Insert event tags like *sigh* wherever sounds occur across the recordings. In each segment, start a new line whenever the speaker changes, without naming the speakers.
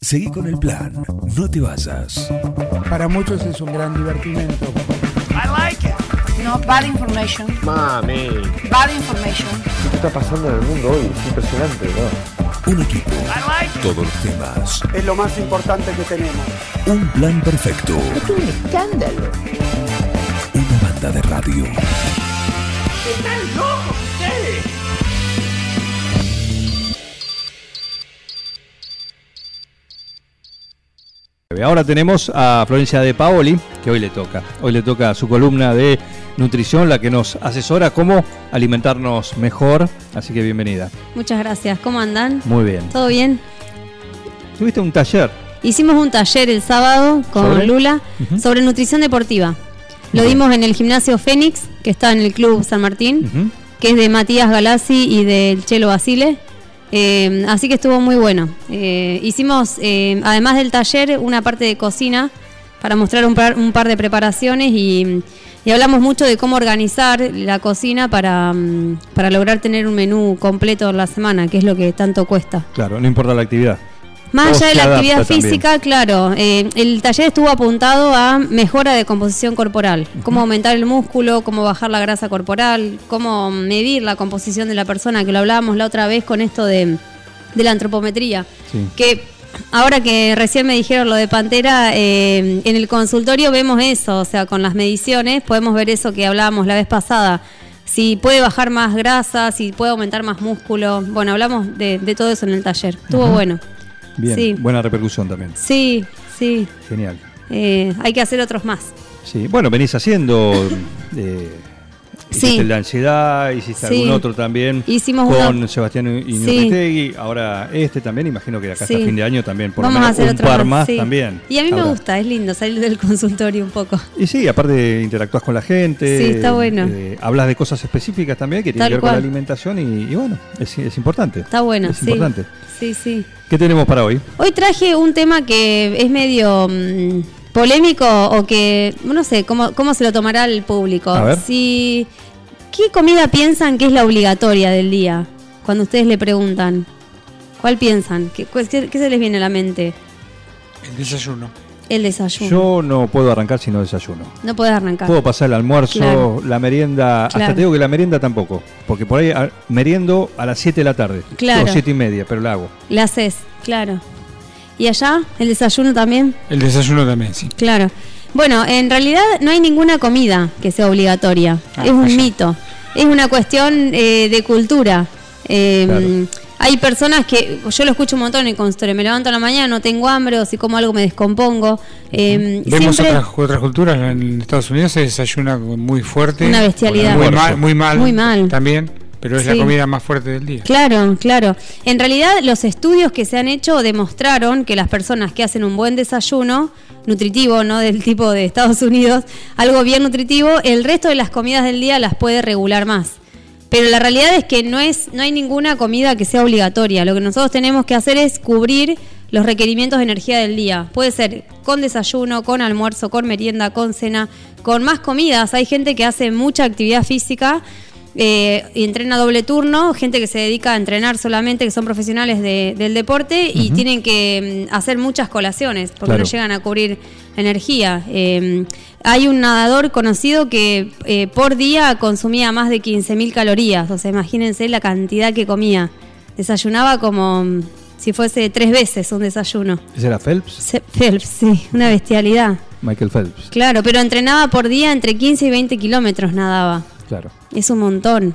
Seguí con el plan, no te vayas.
Para muchos es un gran divertimento.
You know, bad information.
Mami,
Bad information.
¿qué está pasando en el mundo hoy? Es impresionante, ¿no?
Un equipo, todos los temas,
es lo más importante que tenemos.
un plan perfecto,
Es un escándalo.
una banda de radio.
Ahora tenemos a Florencia de Paoli, que hoy le toca. Hoy le toca su columna de nutrición, la que nos asesora cómo alimentarnos mejor. Así que bienvenida.
Muchas gracias. ¿Cómo andan?
Muy bien.
¿Todo bien?
Tuviste un taller.
Hicimos un taller el sábado con
¿Sobre?
Lula
Ujú.
sobre nutrición deportiva. Lo
Ujú.
dimos en el gimnasio Fénix, que está en el Club San Martín,
Ujú.
que es de Matías Galassi y del Chelo Basile. Eh, así que estuvo muy bueno. Eh, hicimos, eh, además del taller, una parte de cocina para mostrar un par, un par de preparaciones y, y hablamos mucho de cómo organizar la cocina para, mm, para lograr tener un menú completo la semana, que es lo que tanto cuesta.
Claro, no importa la actividad. O
Más allá
se
de la
adapta
actividad
también.
física, claro, eh, el taller estuvo apuntado a mejora de composición corporal, cómo aumentar el músculo, cómo bajar la grasa corporal, cómo medir la composición de la persona, que lo hablábamos la otra vez con esto de, de la antropometría,
Sí.
que ahora que recién me dijeron lo de Pantera, eh, en el consultorio vemos eso, o sea, con las mediciones podemos ver eso que hablábamos la vez pasada. Si puede bajar más grasa, si puede aumentar más músculo. Bueno, hablamos de, de todo eso en el taller. Estuvo bueno.
Bien,
Sí.
buena repercusión también.
Sí, sí.
Genial.
Eh, hay que hacer otros más.
Sí, bueno, venís haciendo. eh, hiciste
Sí.
el de ansiedad, hiciste
Sí.
algún otro también.
Hicimos
con
uno-
Sebastián
Sí.
Iñárritu. Ahora este también, imagino que de acá hasta
Sí.
fin de año también. Por lo
Vamos a
menos
hacer
un
otro
par
más,
más,
sí.
también.
Y a mí
Habrá.
me gusta, es lindo salir del *laughs* consultorio un poco.
Y sí, aparte interactúas con la gente. eh,
Sí, está bueno.
hablas de cosas específicas también que tienen
Tal
que ver con
cual.
la alimentación y, y bueno, es, es importante.
Está bueno,
Es
sí.
importante.
Sí, sí.
¿Qué tenemos para hoy?
Hoy traje un tema que es medio mm, polémico o que, no sé, cómo, cómo se lo tomará el público.
A ver.
Si, ¿Qué comida piensan que es la obligatoria del día? Cuando ustedes le preguntan. ¿Cuál piensan? ¿Qué, cuál- qué- qué se les viene a la mente?
El desayuno.
El desayuno.
Yo no puedo arrancar si no desayuno.
no podés arrancar.
Puedo pasar el almuerzo,
Claro.
la merienda, hasta
Claro.
te digo que la merienda tampoco, porque por ahí a- meriendo a las 7 de la tarde,
Claro.
o 7 y media, pero la hago.
La haces, claro. ¿Y allá? ¿El desayuno también?
El desayuno también, sí.
Claro. Bueno, en realidad no hay ninguna comida que sea obligatoria.
Ah,
es un
allá.
mito. Es una cuestión eh, de cultura. Eh,
Claro.
Hay personas que, yo lo escucho un montón en el consultorio, me levanto a la mañana, no tengo hambre, o si como algo me descompongo. Eh,
Vemos
siempre-
otras, otras culturas, en Estados Unidos se desayuna con- muy fuerte.
Una bestialidad.
Muy mal, muy mal.
Muy mal.
También, pero es la
Sí.
comida más fuerte del día.
Claro, claro. En realidad, los estudios que se han hecho demostraron que las personas que hacen un buen desayuno, nutritivo, no del tipo de Estados Unidos, algo bien nutritivo, el resto de las comidas del día las puede regular más. Pero la realidad es que no es, no hay ninguna comida que sea obligatoria. Lo que nosotros tenemos que hacer es cubrir los requerimientos de energía del día. Puede ser con desayuno, con almuerzo, con merienda, con cena, con más comidas. Hay gente que hace mucha actividad física eh, y entrena doble turno, gente que se dedica a entrenar solamente, que son profesionales de- del deporte y tienen que mm, hacer muchas colaciones porque
Claro.
no llegan a cubrir energía. Eh, hay un nadador conocido que eh, por día consumía más de 15.000 calorías, o sea, imagínense la cantidad que comía. Desayunaba como mm, si fuese tres veces un desayuno.
¿Ese era Phelps?
Se- *laughs* Phelps, sí, una bestialidad.
Michael Phelps,
Claro, pero entrenaba por día entre 15 y 20 kilómetros nadaba.
claro.
Es un montón.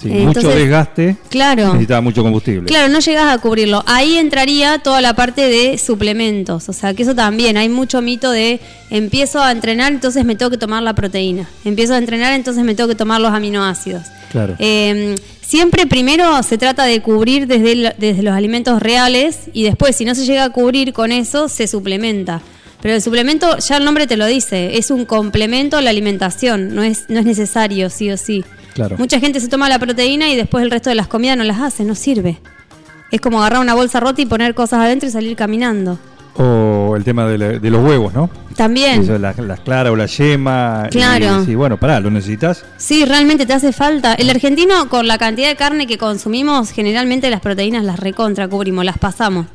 Sí,
Eh,
mucho
entonces-
desgaste,
Claro.
necesitaba mucho combustible.
Claro, no llegas a cubrirlo. Ahí entraría toda la parte de suplementos. O sea, que eso también. Hay mucho mito de empiezo a entrenar, entonces me tengo que tomar la proteína. Empiezo a entrenar, entonces me tengo que tomar los aminoácidos.
Claro.
Eh, siempre primero se trata de cubrir desde, el- desde los alimentos reales y después, si no se llega a cubrir con eso, se suplementa. Pero el suplemento, ya el nombre te lo dice, es un complemento a la alimentación, no es, no es necesario, sí o sí.
Claro.
Mucha gente se toma la proteína y después el resto de las comidas no las hace, no sirve. Es como agarrar una bolsa rota y poner cosas adentro y salir caminando.
O el tema de, la- de los huevos, ¿no?
También.
Eso, la- Las claras o la yema.
Claro.
Y, sí, bueno, pará, lo necesitas.
Sí, realmente te hace falta. El argentino, con la cantidad de carne que consumimos, generalmente las proteínas las recontra cubrimos, las pasamos.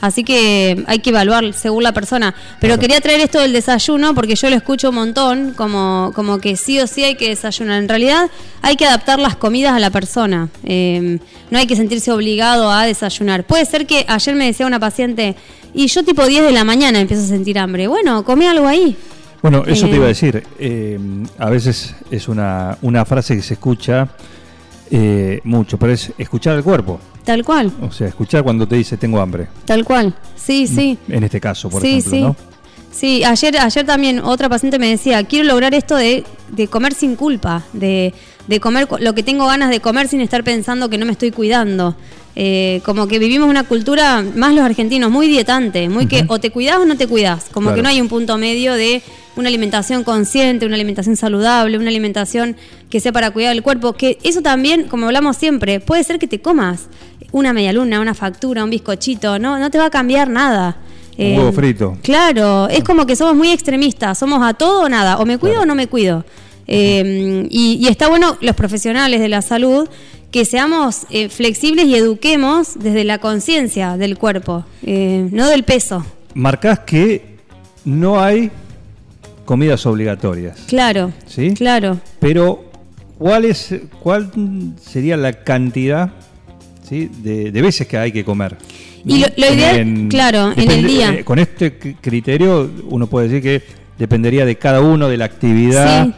Así que hay que evaluar según la persona. Pero quería traer esto del desayuno porque yo lo escucho un montón, como, como que sí o sí hay que desayunar. En realidad hay que adaptar las comidas a la persona. Eh, no hay que sentirse obligado a desayunar. Puede ser que ayer me decía una paciente, y yo tipo 10 de la mañana empiezo a sentir hambre. Bueno, comí algo ahí.
Bueno, eso te
Eh.
iba a decir. eh, a veces es una, una frase que se escucha eh, mucho, pero es escuchar al cuerpo.
Tal cual,
O sea, escuchar cuando te dice tengo hambre.
tal cual. Sí, sí.
En este caso, por
sí,
ejemplo,
sí.
¿no?
Sí, ayer, ayer también otra paciente me decía, quiero lograr esto de, de comer sin culpa, de, de comer co- lo que tengo ganas de comer sin estar pensando que no me estoy cuidando. Eh, como que vivimos una cultura, más los argentinos, muy dietante, muy que o te cuidás o no te cuidás. Como
Claro.
que no hay un punto medio de una alimentación consciente, una alimentación saludable, una alimentación que sea para cuidar el cuerpo. Que eso también, como hablamos siempre, puede ser que te comas una medialuna, una factura, un bizcochito, no, no te va a cambiar nada.
Un huevo frito.
Eh, Claro, es como que somos muy extremistas, somos a todo o nada, o me cuido o no me cuido. Eh, y, y está bueno los profesionales de la salud que seamos eh, flexibles y eduquemos desde la conciencia del cuerpo, eh, no del peso.
Marcás que no hay comidas obligatorias,
Claro,
¿Sí?
claro.
pero ¿cuál, es, cuál sería la cantidad ¿sí? de, de veces que hay que comer?
Y lo- lo ideal, claro, en el
depende-
día.
eh, con este cri- criterio uno puede decir que dependería de cada uno, de la actividad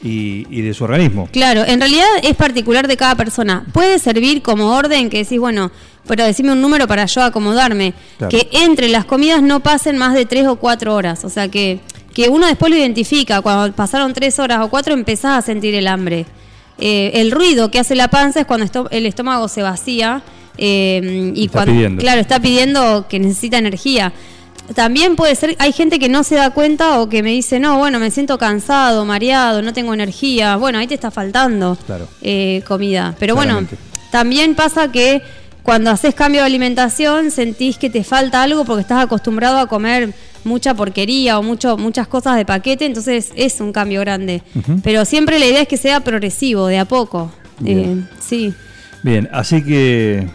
y, y de su organismo.
Claro, en realidad es particular de cada persona. Puede servir como orden que decís, bueno, pero decime un número para yo acomodarme.
Claro.
Que entre las comidas no pasen más de tres o cuatro horas. O sea que, que uno después lo identifica. Cuando pasaron tres horas o cuatro empezás a sentir el hambre. Eh, el ruido que hace la panza es cuando esto- el estómago se vacía. eh, y
Está
cuando,
pidiendo.
Claro, está pidiendo que necesita energía. También puede ser, hay gente que no se da cuenta o que me dice, no, bueno, me siento cansado, mareado, no tengo energía. Bueno, ahí te está faltando
Claro.
eh, comida. Pero
Claramente.
bueno, también pasa que cuando haces cambio de alimentación sentís que te falta algo porque estás acostumbrado a comer mucha porquería o mucho, muchas cosas de paquete, entonces es un cambio grande. Pero siempre la idea es que sea progresivo, de a poco.
Bien.
Eh, sí,
Bien, así que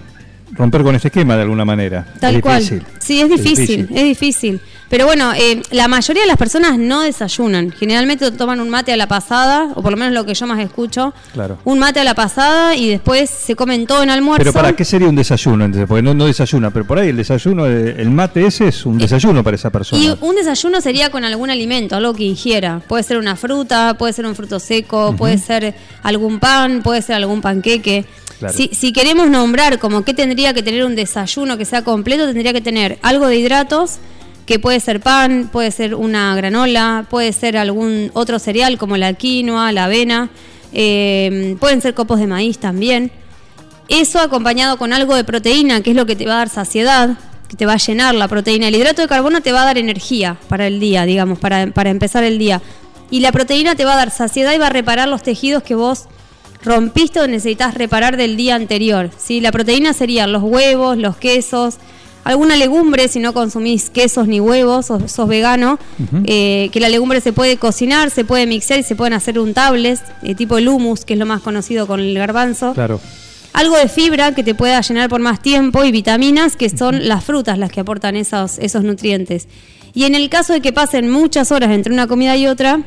romper con este esquema de alguna manera.
tal
es
cual.
difícil.
Sí, es difícil, es difícil. Pero bueno, eh, la mayoría de las personas no desayunan. Generalmente toman un mate a la pasada, o por lo menos lo que yo más escucho.
Claro.
Un mate a la pasada y después se comen todo en almuerzo.
Pero para qué sería un desayuno entonces, porque no, no desayuna, pero por ahí el desayuno, eh, el mate ese es un desayuno para esa persona.
Y un desayuno sería con algún alimento, algo que ingiera. Puede ser una fruta, puede ser un fruto seco, puede ser algún pan, puede ser algún panqueque.
Claro.
Si, si queremos nombrar como qué tendría que tener un desayuno que sea completo, tendría que tener algo de hidratos, que puede ser pan, puede ser una granola, puede ser algún otro cereal como la quinoa, la avena, eh, pueden ser copos de maíz también. Eso acompañado con algo de proteína, que es lo que te va a dar saciedad, que te va a llenar la proteína. El hidrato de carbono te va a dar energía para el día, digamos, para, para empezar el día. Y la proteína te va a dar saciedad y va a reparar los tejidos que vos rompiste o necesitas reparar del día anterior. ¿sí? La proteína serían los huevos, los quesos, alguna legumbre si no consumís quesos ni huevos, sos, sos vegano, eh, que la legumbre se puede cocinar, se puede mixear y se pueden hacer untables, eh, tipo el hummus, que es lo más conocido con el garbanzo
Claro.
algo de fibra que te pueda llenar por más tiempo y vitaminas que son las frutas las que aportan esos, esos nutrientes. Y en el caso de que pasen muchas horas entre una comida y otra,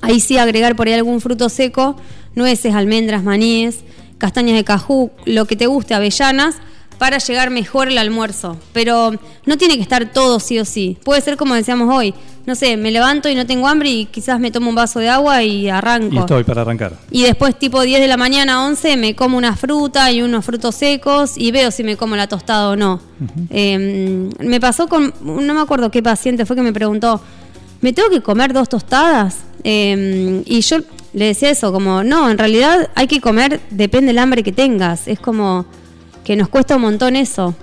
ahí sí agregar por ahí algún fruto seco, nueces, almendras, maníes, castañas de cajú, lo que te guste, avellanas, para llegar mejor el almuerzo. Pero no tiene que estar todo sí o sí. Puede ser como decíamos hoy, no sé, me levanto y no tengo hambre y quizás me tomo un vaso de agua y arranco.
Y estoy para arrancar.
Y después tipo 10 de la mañana, 11, me como una fruta y unos frutos secos y veo si me como la tostada o no. Eh, me pasó con, no me acuerdo qué paciente fue que me preguntó, ¿me tengo que comer dos tostadas? Eh, y yo le decía eso, como, no, en realidad hay que comer, depende del hambre que tengas. Es como que nos cuesta un montón eso.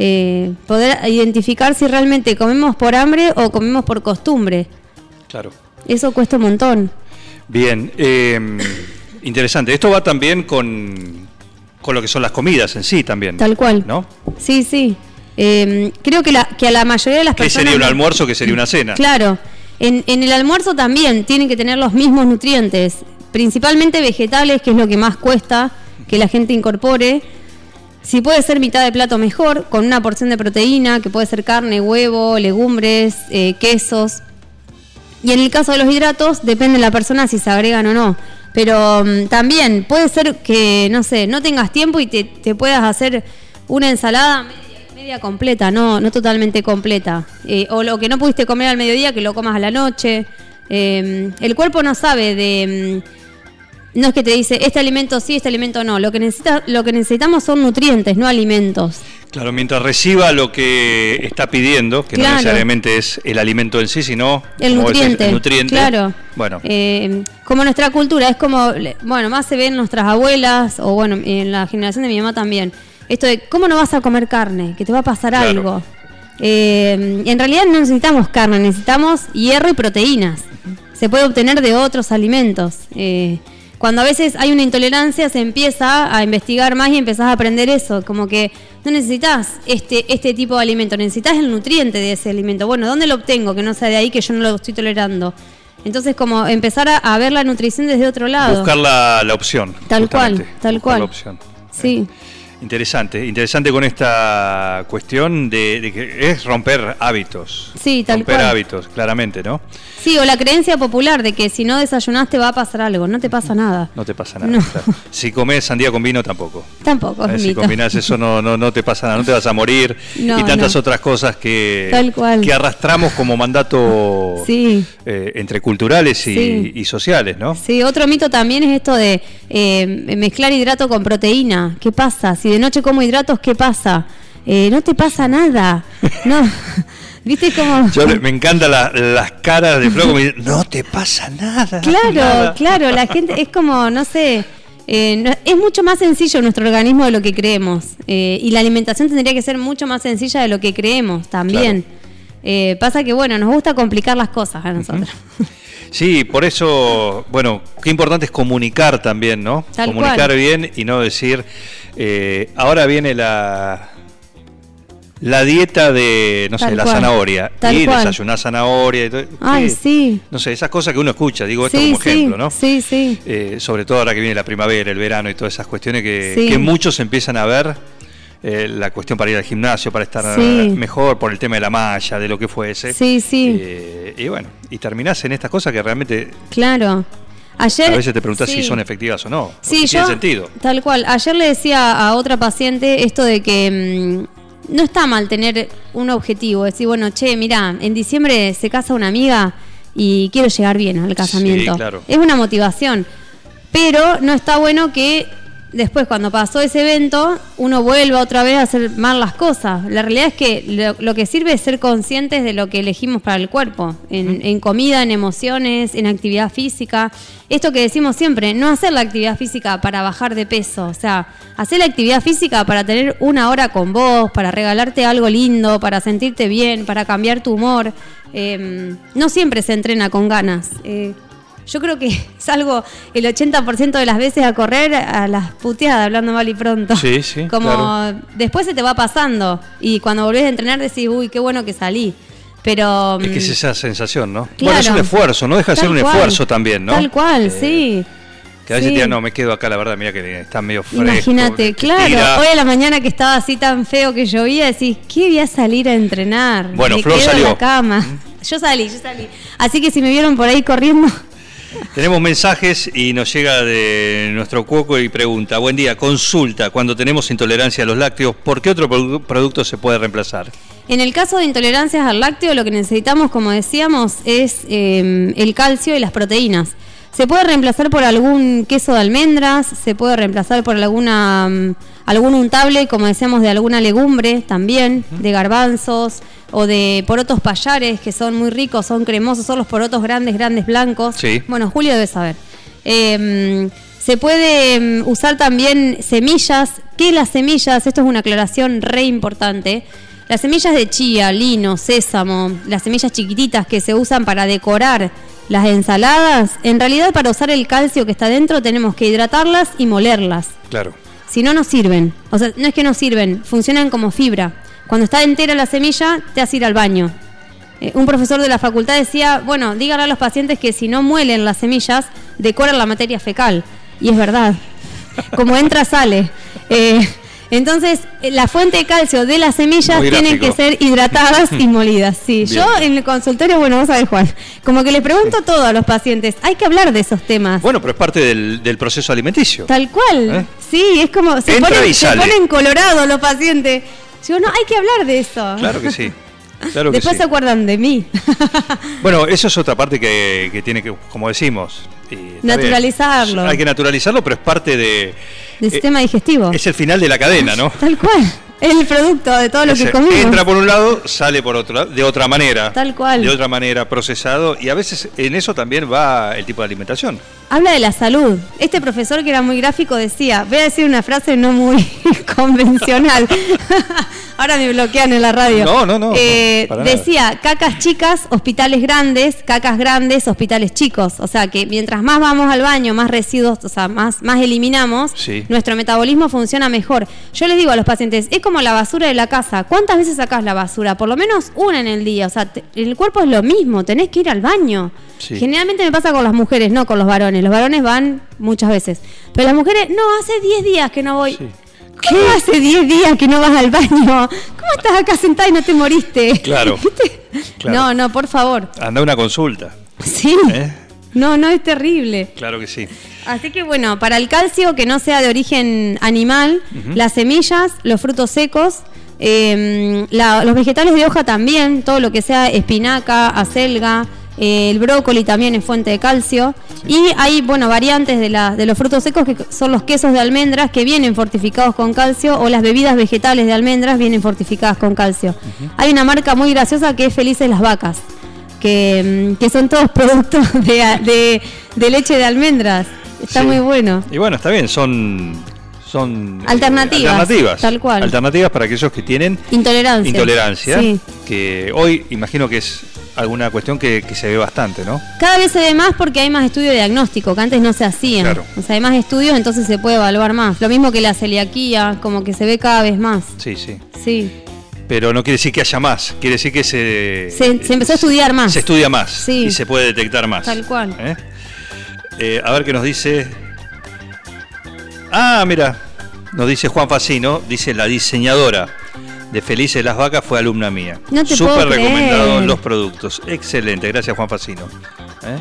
Eh, poder identificar si realmente comemos por hambre o comemos por costumbre.
Claro.
Eso cuesta un montón.
Bien, eh, interesante. Esto va también con, con lo que son las comidas en sí también.
Tal cual.
¿No?
Sí, sí. Eh, creo que, la, que a la mayoría de las
¿Qué
personas.
sería un almuerzo? ¿Qué sería una cena?
Claro. En, en el almuerzo también tienen que tener los mismos nutrientes, principalmente vegetales, que es lo que más cuesta que la gente incorpore. Si puede ser mitad de plato mejor, con una porción de proteína, que puede ser carne, huevo, legumbres, eh, quesos. Y en el caso de los hidratos, depende de la persona si se agregan o no. Pero mm, también puede ser que, no sé, no tengas tiempo y te, te puedas hacer una ensalada media, media completa, no, no totalmente completa. Eh, o lo que no pudiste comer al mediodía, que lo comas a la noche. Eh, el cuerpo no sabe de... mm, no es que te dice este alimento sí, este alimento no. Lo que, necesita, lo que necesitamos son nutrientes, no alimentos.
Claro, mientras reciba lo que está pidiendo, que
Claro.
no necesariamente es el alimento en sí, sino
El
como decís,
nutriente,
el nutriente.
claro.
Bueno,
Eh, como nuestra cultura, es como, le- bueno, más se ve en nuestras abuelas o bueno, en la generación de mi mamá también. Esto de, ¿cómo no vas a comer carne? Que te va a pasar
Claro.
algo. Eh, en realidad no necesitamos carne, necesitamos hierro y proteínas. Se puede obtener de otros alimentos. Eh, cuando a veces hay una intolerancia, se empieza a investigar más y empezás a aprender eso. Como que no necesitas este, este tipo de alimento, necesitas el nutriente de ese alimento. Bueno, ¿dónde lo obtengo? Que no sea de ahí, que yo no lo estoy tolerando. Entonces, como empezar a, a ver la nutrición desde otro lado.
buscar la, la opción.
Tal cual,
justamente,
tal
buscar
cual.
La opción.
Sí.
Interesante, interesante con esta cuestión de, de que es romper hábitos.
Sí, tal
romper
cual.
hábitos, claramente, ¿no?
sí, o la creencia popular de que si no desayunaste va a pasar algo. No te pasa nada.
No te pasa nada.
No.
claro. Si comes sandía con vino, tampoco.
Tampoco,
Eh,
es
Si
mito.
combinás eso, no, no, no te pasa nada, no te vas a morir.
No,
y tantas
no.
otras cosas que,
Tal cual.
que arrastramos como mandato
Sí.
eh, entre culturales y,
Sí.
y sociales, ¿no?
Sí, otro mito también es esto de eh, mezclar hidrato con proteína. ¿Qué pasa? Si de noche como hidratos, ¿qué pasa? Eh, no te pasa nada. No. *laughs* ¿Viste cómo.?
*laughs* Yo le- me encantan la- las caras de Flo, como diciendo, no te pasa nada.
Claro,
nada".
claro, la gente es como, no sé, eh, no- es mucho más sencillo nuestro organismo de lo que creemos. Eh, y la alimentación tendría que ser mucho más sencilla de lo que creemos también. Eh, pasa que, bueno, nos gusta complicar las cosas a nosotros.
Sí, por eso, bueno, qué importante es comunicar también, ¿no?
Tal
comunicar
cual.
bien y no decir, eh, ahora viene la la dieta de, no sé,
Tal
la
cual.
zanahoria.
Tal
y
cual.
desayunar zanahoria. Y todo.
Ay, sí.
No sé, esas cosas que uno escucha, digo esto
Sí,
como ejemplo,
sí,
¿no?
sí, sí.
Eh, sobre todo ahora que viene la primavera, el verano y todas esas cuestiones que,
Sí.
que muchos empiezan a ver. eh, la cuestión para ir al gimnasio, para estar
Sí.
mejor, por el tema de la malla, de lo que fuese.
Sí, sí.
Eh, y bueno, y terminás en estas cosas que realmente
Claro. Ayer,
a veces te preguntás si
sí.
son efectivas o no.
Sí,
porque
yo,
tiene sentido.
Tal cual. Ayer le decía a otra paciente esto de que mm, no está mal tener un objetivo. Decir, bueno, che, mira, en diciembre se casa una amiga y quiero llegar bien al casamiento.
claro.
Es una motivación. Pero no está bueno que después, cuando pasó ese evento, uno vuelva otra vez a hacer mal las cosas. La realidad es que lo, lo que sirve es ser conscientes de lo que elegimos para el cuerpo, en, en comida, en emociones, en actividad física. Esto que decimos siempre, no hacer la actividad física para bajar de peso, o sea, hacer la actividad física para tener una hora con vos, para regalarte algo lindo, para sentirte bien, para cambiar tu humor. Eh, no siempre se entrena con ganas. Eh, yo creo que *laughs* salgo el 80% de las veces a correr a las puteadas, hablando mal y pronto.
Sí, sí,
*laughs* Como
claro.
después se te va pasando y cuando volvés a entrenar decís, uy, qué bueno que salí. Pero...
Es que es
mm,
esa sensación, ¿no? Bueno,
claro.
es un esfuerzo, no deja de ser
Tal
un
cual.
esfuerzo también, ¿no?
Tal cual,
Eh,
sí.
Que a veces te
Sí.
digan, no, me quedo acá, la verdad, mira que está medio fresco.
Imagínate,
que
claro.
tira".
Hoy a la mañana que estaba así tan feo que llovía, decís, ¿qué voy a salir a entrenar?
Bueno,
me
Flor
quedo en
salió.
la cama. Yo salí, yo salí. Así que si me vieron por ahí corriendo,
Tenemos mensajes y nos llega de nuestro cuoco y pregunta, buen día, consulta, cuando tenemos intolerancia a los lácteos, ¿por qué otro produ- producto se puede reemplazar?
En el caso de intolerancias al lácteo, lo que necesitamos, como decíamos, es eh, el calcio y las proteínas. Se puede reemplazar por algún queso de almendras, se puede reemplazar por alguna mm, algún untable, como decíamos, de alguna legumbre también, de garbanzos o de porotos payares, que son muy ricos, son cremosos, son los porotos grandes, grandes blancos.
Sí.
Bueno, Julio debe saber. Eh, se puede mm, usar también semillas, que las semillas, esto es una aclaración re importante, las semillas de chía, lino, sésamo, las semillas chiquititas que se usan para decorar las ensaladas, en realidad para usar el calcio que está dentro tenemos que hidratarlas y molerlas.
Claro.
Si no, no sirven. O sea, no es que no sirven, funcionan como fibra. Cuando está entera la semilla, te hace ir al baño. Eh, un profesor de la facultad decía, bueno, díganle a los pacientes que si no muelen las semillas, *laughs* decoran la materia fecal. Y es verdad. Como entra, sale. Eh, Entonces, eh, la fuente de calcio de las semillas
Muy
tienen que
gráfico.
ser hidratadas
*laughs*
y molidas. Sí,
Bien.
yo en el consultorio, bueno, vos sabés, Juan, como que les pregunto todo a los pacientes, hay que hablar de esos temas.
Bueno, pero es parte del, del proceso alimenticio.
Tal cual.
¿Eh?
Sí, es como se
Entra
ponen,
y
se
sale.
ponen colorados los pacientes. Yo no, hay que hablar de eso.
Claro que
*laughs*
sí. Claro que
Después
sí.
se acuerdan de mí. *laughs*
Bueno, eso es otra parte que, que tiene que, como decimos. y está bien.
Naturalizarlo.
Hay que naturalizarlo, pero es parte de.
Del
eh,
sistema digestivo.
Es el final de la cadena, ¿no?
Tal cual. Es el producto de todo lo que
Ese
comimos.
Entra por un lado, sale por otro, de otra manera.
Tal cual.
De otra manera, procesado. Y a veces en eso también va el tipo de alimentación.
Habla de la salud. Este profesor que era muy gráfico decía, voy a decir una frase no muy *laughs* convencional. *laughs* Ahora me bloquean en la radio.
No, no, no,
Eh,
no, para nada.
decía, cacas chicas, hospitales grandes, cacas grandes, hospitales chicos. O sea que mientras más vamos al baño, más residuos, o sea, más, más eliminamos,
Sí.
nuestro metabolismo funciona mejor. Yo les digo a los pacientes, es como la basura de la casa. ¿Cuántas veces sacas la basura? Por lo menos una en el día. O sea, te- el cuerpo es lo mismo, tenés que ir al baño.
Sí.
Generalmente me pasa con las mujeres, no con los varones. Los varones van muchas veces. Pero las mujeres, no, hace 10 días que no voy. ¿Qué? hace 10 días que no vas al baño? ¿Cómo estás acá sentada y no te moriste?
Claro,
*laughs* ¿Viste?
claro.
No, no, por favor.
Anda a una consulta.
Sí.
¿eh?
No, no, es terrible.
Claro que sí.
Así que bueno, para el calcio que no sea de origen animal, las semillas, los frutos secos, eh, la- los vegetales de hoja también, todo lo que sea espinaca, acelga, eh, el brócoli también es fuente de calcio. Y hay, bueno, variantes de, la- de los frutos secos que son los quesos de almendras que vienen fortificados con calcio o las bebidas vegetales de almendras vienen fortificadas con calcio. Hay una marca muy graciosa que es Felices las Vacas que, mm, que son todos *laughs* productos de, a- de- de leche de almendras. Está
Sí.
muy bueno.
Y bueno, está bien, son. Son eh,
Alternativas,
alternativas.
tal cual.
Alternativas para aquellos que tienen
Intolerancia.
intolerancia.
Sí.
Que hoy imagino que es alguna cuestión que, que se ve bastante, ¿no?
Cada vez se ve más porque hay más estudio diagnóstico, que antes no se hacían.
Claro.
O sea, hay más estudios, entonces se puede evaluar más. Lo mismo que la celiaquía, como que se ve cada vez más.
Sí, sí.
Sí.
Pero no quiere decir que haya más, quiere decir que se...
Se- se empezó a estudiar más.
Se estudia más
Sí.
y se puede detectar más.
Tal cual.
¿Eh? Eh, a ver qué nos dice... Ah, mira, nos dice Juan Facino, dice la diseñadora de Felices las Vacas fue alumna mía.
No te
Súper
puedo creer.
recomendado los productos. Excelente, gracias Juan Facino. ¿Eh?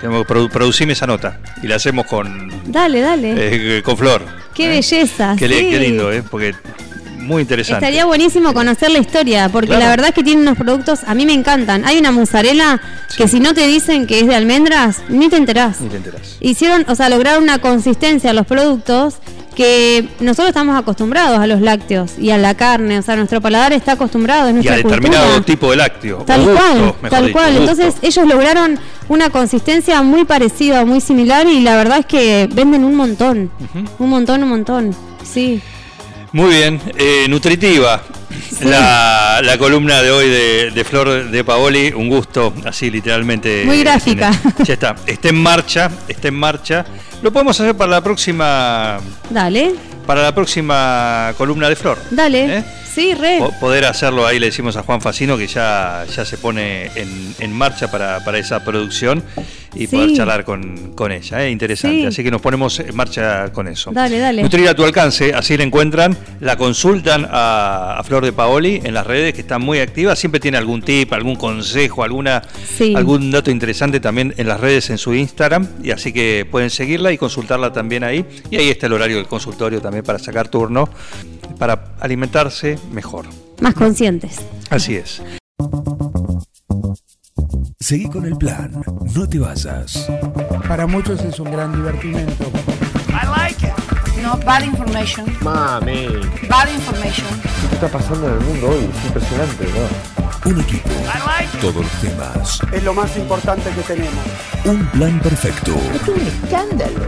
Tenemos que produ- producirme esa nota y la hacemos con,
Dale, dale.
eh, con Flor.
qué
¿eh?
belleza.
Qué, li-
Ah, sí.
qué lindo, ¿eh? Porque muy interesante.
Estaría buenísimo conocer la historia, porque
Claro.
la verdad es que tiene unos productos, a mí me encantan. Hay una mozzarella que
Sí.
si no te dicen que es de almendras, ni te enterás.
Ni te enterás.
hicieron, o sea, lograron una consistencia a los productos que nosotros estamos acostumbrados a los lácteos y a la carne, o sea, nuestro paladar está acostumbrado, es
Y a
nuestra
determinado
cultura.
tipo de lácteo.
Tal
o gusto,
cual,
mejor
tal
dicho,
cual.
gusto.
Entonces ellos lograron una consistencia muy parecida, muy similar y la verdad es que venden un montón, un montón, un montón. Sí,
Muy bien, eh, nutritiva. La, la columna de hoy de, de Flor de Paoli, un gusto, así literalmente.
Muy
eh,
gráfica.
tiene. Ya está, está en marcha, está en marcha. Lo podemos hacer para la próxima,
dale,
para la próxima columna de Flor.
dale.
¿Eh?
Sí, re.
Po- Poder hacerlo ahí le decimos a Juan Facino que ya, ya se pone en, en marcha para, para esa producción y
Sí.
poder charlar con, con ella. ¿eh? Interesante.
Sí.
Así que nos ponemos en marcha con eso.
Dale, dale.
Nutrir a tu alcance, así la encuentran, la consultan a, a Flor de Paoli en las redes que están muy activas. Siempre tiene algún tip, algún consejo, alguna,
Sí.
algún dato interesante también en las redes en su Instagram. Y así que pueden seguirla y consultarla también ahí. Y ahí está el horario del consultorio también para sacar turno, para alimentarse mejor.
Más conscientes.
Así es.
Seguí con el plan, no te vayas.
Para muchos es un gran divertimento.
I like it. You know, bad information.
Mami,
Bad information.
¿qué te está pasando en el mundo hoy? Es impresionante, ¿no?
Un equipo, todos los temas,
Es lo más importante que tenemos.
un plan perfecto. Es un escándalo.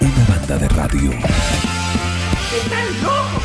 Una banda de radio.
¡Están locos!